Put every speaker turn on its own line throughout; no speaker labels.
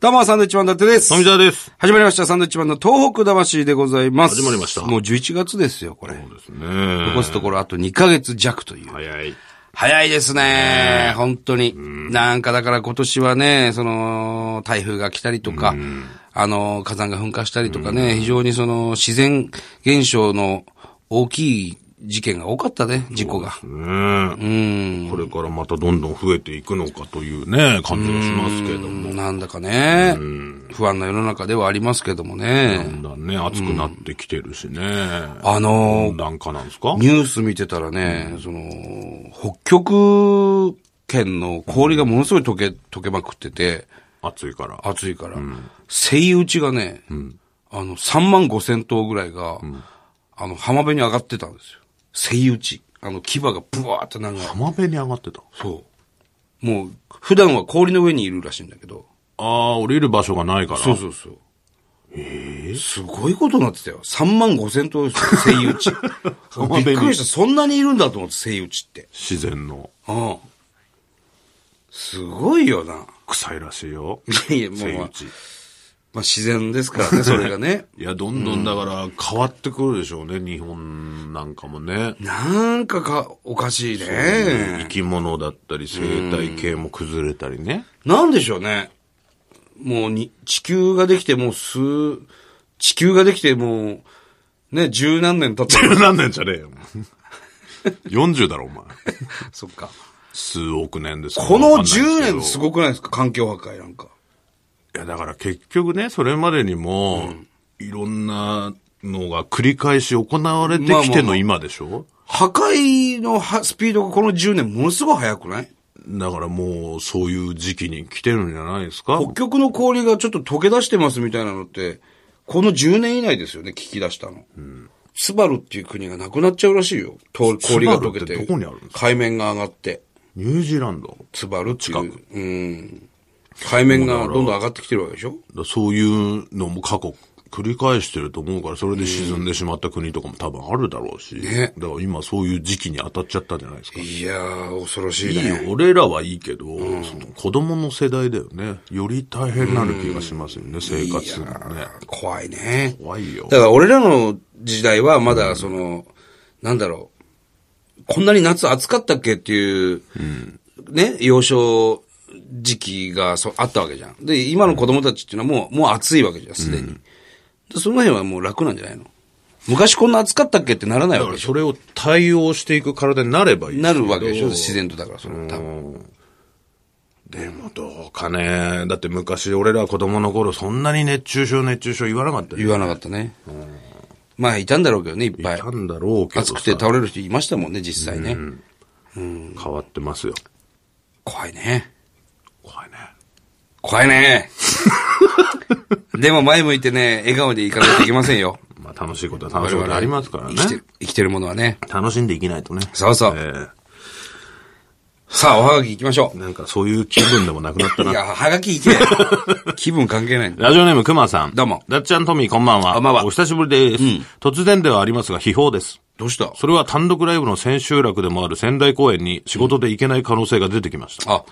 どうも、サンドウィッチマン伊達です。
富
始
澤です。
まりました、サンドウィッチマンの東北魂でございます。
始まりました
もう11月ですよ、これ。
そうですね。
残すところあと2ヶ月弱という。
早い。
早いですね、本当に。なんかだから今年はね、その、台風が来たりとか、あの、火山が噴火したりとかね、非常にその、自然現象の大きい事件が多かったね、事故が。
ねえこれからまたどんどん増えていくのかというね、感じがしますけども。
なんだかね、不安な世の中ではありますけども
だ
ね。
んだんね、暑くなってきてるしね。
あの
温暖化なんですか
ニュース見てたらね、その、北極圏の氷がものすごい溶け、溶けまくってて、
暑いから。
暑いから、セイウチがね、あの、3万5千頭ぐらいが、あの、浜辺に上がってたんですよ。セイウチ。あの、牙がブワーってなんか、
浜辺に上がってた。
そう。もう、普段は氷の上にいるらしいんだけど、
ああ、降りる場所がないから。
そうそうそう。すごいことになってたよ。3万5千頭ですよ、セイウ チ。
辺に
びっくりした。そんなにいるんだと思って、セイウチって。
自然の
うん。すごいよな。
臭いらしいよ。
いやいやもう
セイウチ
まあ自然ですから ね、それがね。
いや、どんどんだから変わってくるでしょうね、日本なんかもね。
なんかか、おかしい
生
ね。
き物だったり生態系も崩れたりね。
なんでしょうね。もうに、地球ができてもう数、地球ができてもう、ね、十何年経って る。
何年じゃねえよ。40だろ、お前。
そっか。
数億年ですから
この
わかんない
10
ですけど
年すごくないですか環境破壊なんか。
いや、だから結局ね、それまでにも、いろんなのが繰り返し行われてきての今でしょ、
破壊のはスピードがこの10年ものすごい速くない
だからもう、そういう時期に来てるんじゃないですか
北極の氷がちょっと溶け出してますみたいなのって、この10年以内ですよね、聞き出したの。スバルっていう国がなくなっちゃうらしいよ。と氷が溶けて。
スバルってどこにあるんですか
海面が上がって。
ニュージーランド。
スバルっていう。うん。海面がどんどん上がってきてるわけでしょ
だそういうのも過去繰り返してると思うから、それで沈んでしまった国とかも多分あるだろうし。
ね
だから今そういう時期に当たっちゃったんじゃないですか。い
いやー、恐ろしい
いよ
ね。、
俺らはいいけど、その子供の世代だよね。より大変になる気がしますよね、生活するのね。
怖いね。
怖いよ。
だから俺らの時代はまだその、なんだろう。こんなに夏暑かったっけっていう、ね、幼少時期がそうあったわけじゃん。で、今の子供たちっていうのはもう、もう暑いわけじゃん、すでに。でその辺はもう楽なんじゃないの昔こんな暑かったっけってならない
だ
わけ
から
でし
それを対応していく体になればいい
ょ。
す
な
けど
るわけでしょ、自然とだから、それは多分。
でもどうかね。だって昔俺ら子供の頃そんなに熱中症熱中症言わなかったよ。
言わなかったね。まあ、いたんだろうけどね、いっぱい
な。んだろうけど
暑
さ
くて倒れる人いましたもんね、実際ね。
変わってますよ。
怖いね。
怖いね。
怖いね。 でも前向いてね、笑顔でいかないといけませんよ。
まあ楽しいことは楽しいことありますからね。
生きてる、生きてるものはね。
楽しんでいけないとね。
そうそう
え
さあ、おはがき行きましょ
えなんかそういう気分でもなくなった
う。い
な。
や、はがき行 け。気分関係ない。
ラジオネームくまさん。
どうも
だっちゃんとみーこんばんは。
こんばんは
お久しぶりです。突然ではありますが、秘宝です。
どうした
それは単独ライブの千秋楽でもある仙台公演に仕事で行けない可能性が出てきました。
あ、も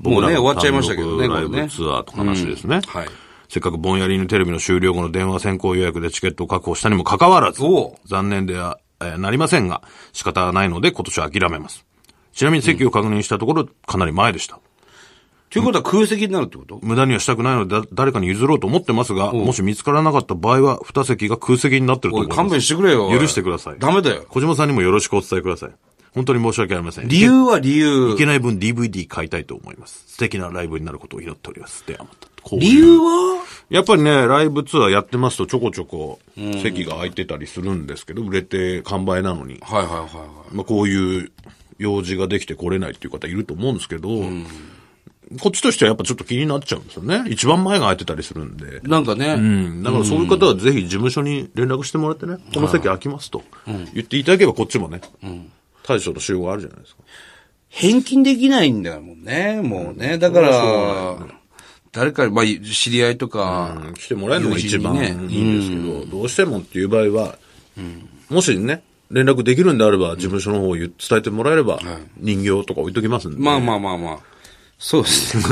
僕
う
ら
ね、
の
終わっちゃいましたけどね、こ
単
れ
独ライ
ね
ブ。ツアーとか話ですね。
はい。
せっかくぼんやりのテレビの終了後の電話先行予約でチケットを確保したにもかかわらず
おう、
残念では、えーなりませんが、仕方がないので今年は諦めます。ちなみに席を確認したところ、かなり前でした。
ということは空席になるってこと
無駄にはしたくないので、だ誰かに譲ろうと思ってますが、もし見つからなかった場合は、二席が空席になってると
お
思
い、
います。
勘弁してくれよ。おい
許してください。
ダメだよ。
小島さんにもよろしくお伝えください。本当に申し訳ありません。
理由は理由
いけ。ない分 DVD 買いたいと思います。素敵なライブになることを祈っております。ではまた。こういう
理由は
やっぱりね、ライブツアーやってますとちょこちょこ席が空いてたりするんですけど、売れて完売なのに、
はいはいはいはい。
まあ、こういう用事ができて来れないっていう方いると思うんですけど、こっちとしてはやっぱちょっと気になっちゃうんですよね。一番前が空いてたりするんで。
なんか
う
ね、
ん、だからそういう方はぜひ事務所に連絡してもらってね、この席空きますと言っていただければこっちもね、大将と集合あるじゃないですか。
返金できないんだもんね、もうね。だから、誰かに、まあ、知り合いとか、
来てもらえるのが一番い
友
い
人にね
んですけど、どうしてもっていう場合は、もしね、連絡できるんであれば、事務所の方を言伝えてもらえれば、人形とか置いときますんで。
まあまあまあまあ。そうですね。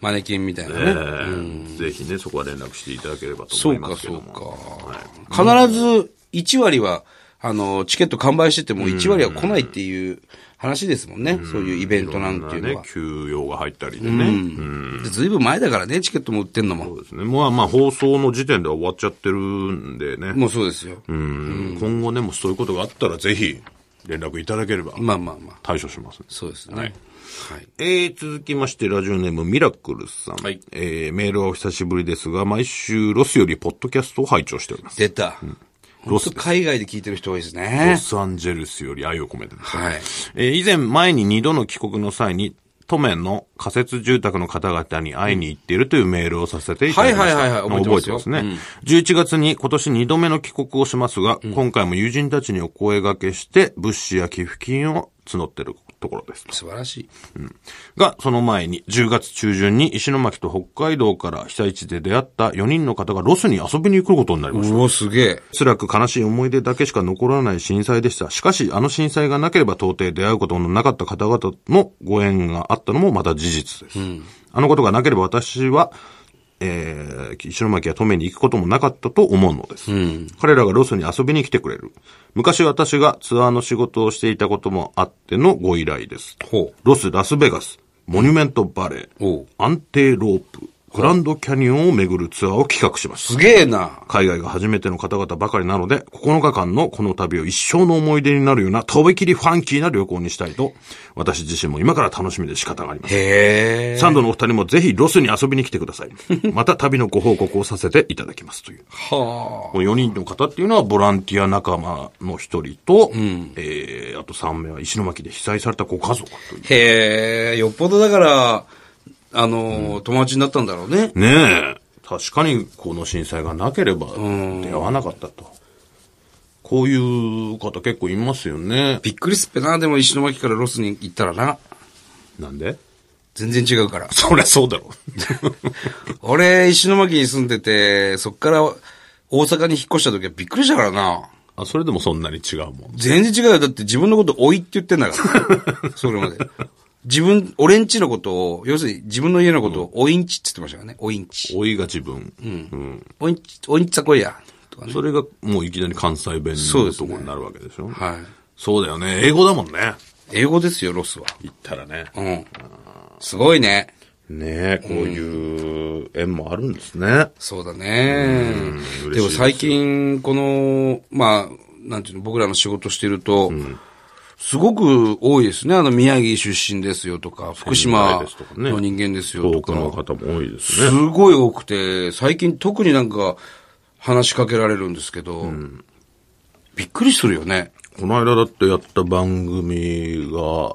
マネキンみたいなね。
えーぜひね、そこは連絡していただければと
そ
思いうま
か、
すけど
そう
も。
か。必ず1割は、あの、チケット完売してても1割は来ないっていう話ですもんね。そういうイベントなんてい
いうろん
の
な
は
ね、。休養が入ったりでね。うん
でずいぶん前だからね、チケットも売ってんのも。
そうですね。まあまあ、放送の時点では終わっちゃってるんでね。
もうそうですよ。
うん今後ね、もしそういうことがあったら、ぜひ、連絡いただければ、
まあまあまあ。
対処します。
そうですね。はい。
えー、続きまして、ラジオネーム、ミラクルさん。
はい
えー、メールはお久しぶりですが、毎週、ロスより、ポッドキャストを拝聴しております。
出た。ロス海外で聞いてる人多いです
ロ
ね。
サンゼルスより愛を込めてですね。
はい。
えー以前、前に2度の帰国の際に、都面の仮設住宅の方々に会いに行っているというメールをさせていただきました。
はいはいはいはい覚えてますよ
覚えてますね。11月に今年2度目の帰国をしますが、今回も友人たちにお声掛けして、物資や寄付金を募っているところですと。
素晴らしい。
が、その前に、10月中旬に石巻と北海道から被災地で出会った4人の方がロスに遊びに行くことになりました。
うお、すげえ。
辛く悲しい思い出だけしか残らない震災でした。しかし、あの震災がなければ到底出会うことのなかった方々のご縁があったのもまた事実です。あのことがなければ私は、えー、石巻や登米に行くこともなかったと思うのです。彼らがロスに遊びに来てくれる。昔私がツアーの仕事をしていたこともあってのご依頼です。
ほ
ロス、ラスベガス、モニュメントバレ
お
ー
う、
安定ロープ、グランドキャニオンを巡るツアーを企画しました
う。すげえな。
海外が初めての方々ばかりなので、9日間のこの旅を一生の思い出になるような、とびきりファンキーな旅行にしたいと、私自身も今から楽しみで仕方がありません。
へえ。
サンドのお二人もぜひロスに遊びに来てください。また旅のご報告をさせていただきますという。
はあ。
この4人の方っていうのはボランティア仲間の一人と、えー、あと3名は石巻で被災されたご家族という。
へえ、よっぽどだから、あの、友達になったんだろうね。
ねえ。確かにこの震災がなければ出会わなかったと。こういう方結構いますよね。
びっくりすっぺな、でも石巻からロスに行ったらな。
なんで
全然違うから。
そりゃそうだろ。
俺、石巻に住んでて、そっから大阪に引っ越した時はびっくりしたからな。
あ、それでもそんなに違うもん。
全然違うよ。だって自分のこと老いって言ってんだ から。それまで。自分、俺んちのことを、要するに自分の家のことを、おいんちって言ってましたからね。おいんち。
老いが自分。うん。
おいんち、おいんちさこいや。とかね。
それがもういきなり関西弁
そう
の
です
と
ね
こになるわけでしょ。
はい。
そうだよね。英語だもんね。
英語ですよ、ロスは。
言ったらね。
うん。すごいね。
ねえ、こういう縁もあるんですね。
そうだね
嬉しい。です
でも最近、この、まあ、なんていうの、僕らの仕事してると、すごく多いですね。あの、宮城出身ですよとか、福島
ですとかね
の人間ですよ
遠
と
く
か、
の方も多いですね。
すごい多くて、最近特になんか話しかけられるんですけど、びっくりするよね。
この間だってやった番組が、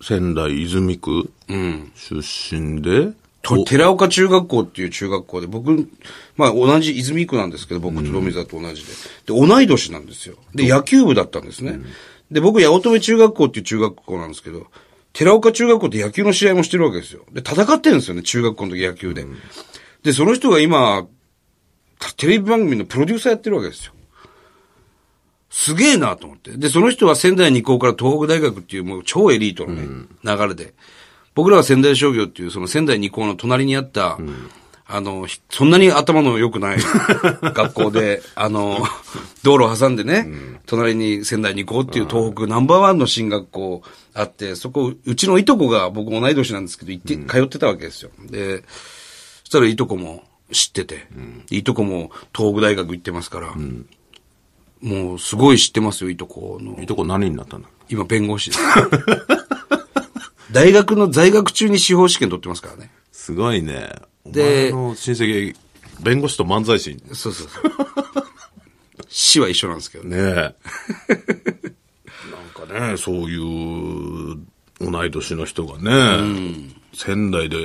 仙台泉区
うん。
出身で、
と寺岡中学校っていう中学校で、僕、まあ同じ泉区なんですけど、僕と富澤と同じで。で、同い年なんですよ。で、野球部だったんですね。で、僕、八乙女中学校っていう中学校なんですけど、寺岡中学校って野球の試合もしてるわけですよ。で、戦ってるんですよね、中学校の時野球で。で、その人が今、テレビ番組のプロデューサーやってるわけですよ。すげえなと思って。で、その人は仙台二高から東北大学っていうもう超エリートのね、流れで。僕らは仙台商業っていうその仙台二高の隣にあった、あの、ひそんなに頭の良く ない学校で、あの、道路を挟んでね、隣に仙台二高っていう東北ナンバーワンの進学校あって、そこ、うちのいとこが僕同い年なんですけど、行って、通ってたわけですよ。で、そしたらいとこも知ってて、いとこも東北大学行ってますから、もうすごい知ってますよ、いとこの
い。とこ何になったんだっけ
今、弁護士です。大学の在学中に司法試験取ってますからね。
すごいね。
で
お前の親戚、弁護士と漫才師
そうそうそう。死は一緒なんですけどね。
ねえ。 なんかね、そういう同い年の人がね、仙台で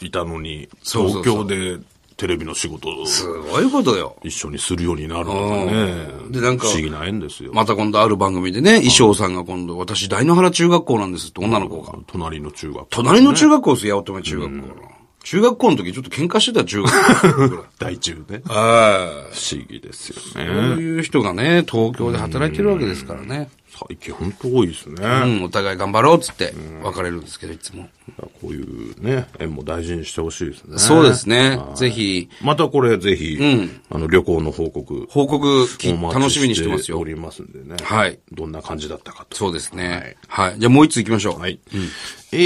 いたのに、
そうそ
東
うそ
京でテレビの仕事を
すごいことよ。
一緒にするようになるとか
う
ね。
んでなんか
不思議な縁ですよ。
また今度ある番組でね、衣装さんが今度、私、大野原中学校なんですって、女の子が。
隣の中学。
隣の中学校ですよ、八乙女中学校の。中学校の時ちょっと喧嘩してた中学校。僕ら
大中ね。
はい。
不思議ですよ
そう
ね。
いう人がね、東京で働いてるわけですからね。
最近本当多いですね。
うん、お互い頑張ろうっつって別れるんですけど、いつも。
こういうね、縁も大事にしてほしいですね。
そうですね
は。い
ぜひ、
またこれぜひ、あの、旅行の報告。
報告き
お待ち
楽しみにしてます
お
よ。
りますんでね。
はい。
どんな感じだったかと。
そうですね。はい。じゃあもう一つ行きましょう。
はい。え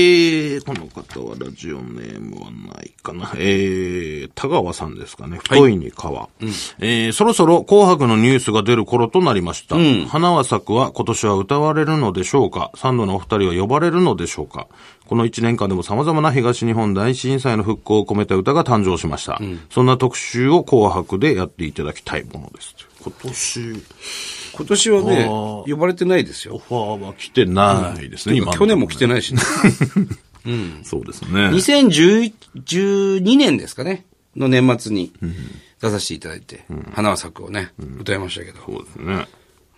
ー、この方はラジオネームはないかな。えー、田川さんですかね。太いに川。えー、そろそろ紅白のニュースが出る頃となりました。花は咲くは今年は歌われるのでしょうかサンドのお二人は呼ばれるのでしょうかこの1年間でも様々な東日本大震災の復興を込めた歌が誕生しました。そんな特集を紅白でやっていただきたいものです。今年、
今年はね
あ、
呼ばれてないです
オ
よ。
ファーは来てないですね、今のと
去
ころ
年も来て ないしね。
そうですね。
2012年ですかね。の年末に出させていただいて、花は咲くをね、歌いましたけど。
そうですね。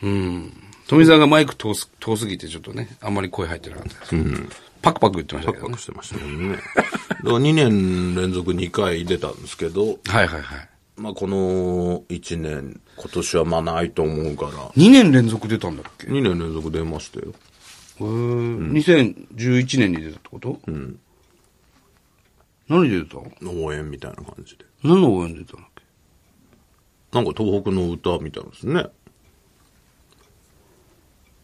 うん。富澤がマイク遠す遠すぎてちょっとね、あんまり声入ってなかったです。パクパク言ってましたけど
パ
ね
ク。してましたもんね。 だから2年連続2回出たんですけど、
はいはいはい。
まあこの1年、今年はまあないと思うから、
2年連続出たんだっけへ
2年連続出ましたよ。
え、2011年に出たってことうん。何で出たの
応援みたいな感じで。
何の応援で出たんだっけ
なんか東北の歌みたいなんですね。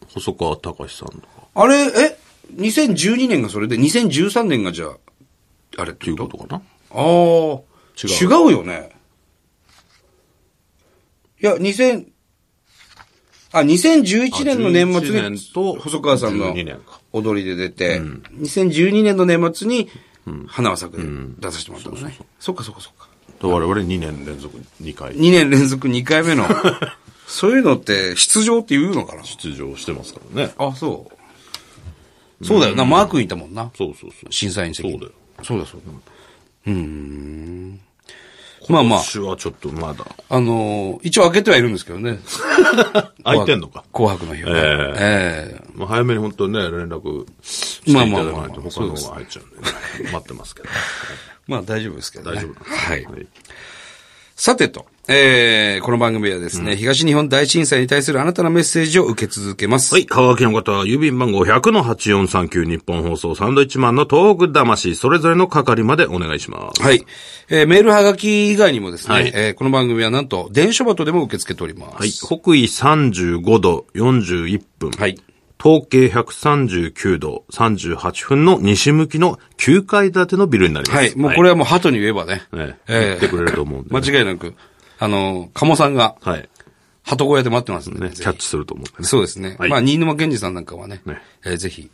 細川隆さんとか、
あれ、え ?2012 年がそれで、2013年がじゃあ、あれっ
と
て
い
いううこと
こ
と
かな。
ああ、
違
違
う
うよね。いや、2000、あ、2011年の年末
11
に
年と、
細川さんの
12年か
踊りで出て、2012年の年末に、花は咲くで出させてもらったのね。そっかそっかそっか。
と我々2年連続2回
2年連続2回目の、 そういうのって出場って言うのかな
出場してますからね。
あ、そう。そうだよな、マー君いたもんな。
そうそうそう。
審査員席に
そうだよ。
そうだそうだ。うーん。まあまあ
今、年はちょっとまだ、
あのー一応開けてはいるんですけど ね。
空いてんのか。
紅白の日は。
え
ええ
まあ、早めに本当にね、連絡していただ
まあまあま
か
あ
ないと
まあ
他の方が入っちゃうんで、ね、待ってますけど。
まあ大丈夫ですけど、
大
ね。
丈夫なんです
はい。
ねはい。
さてと、えー、この番組はですね、東日本大震災に対するあなたのメッセージを受け続けます。
はい。香川県の方は、郵便番号100-8439日本放送サンドイッチマンの東北魂、それぞれの係までお願いします。
はい。えーメールはがき以外にもですね、
はい
えーこの番組はなんと、電書バトでも受け付けております。
はい。北緯35度41分。
はい。
東経139度38分の西向きの9階建てのビルになります。
はい。もうこれはもう鳩に言えばね。
ね
ええ
言ってくれると思うんでね
間違いなく、あの、鴨さんが
はい。はい。
鳩小屋で待ってますんで。
ね、
ぜ
キ
ひ
ャッチすると思うんでね。
そうですね。
はい
まあ、新沼健治さんなんかはね、
ね
えーぜひ、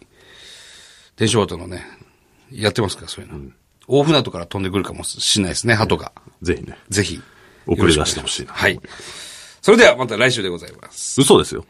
電子バトのね、やってますから、そういうの。大船渡から飛んでくるかもしれないですね、鳩が。
ぜひね。
ぜひ。
送り出してほしいな
はい。それではまた来週でございます。
嘘ですよ。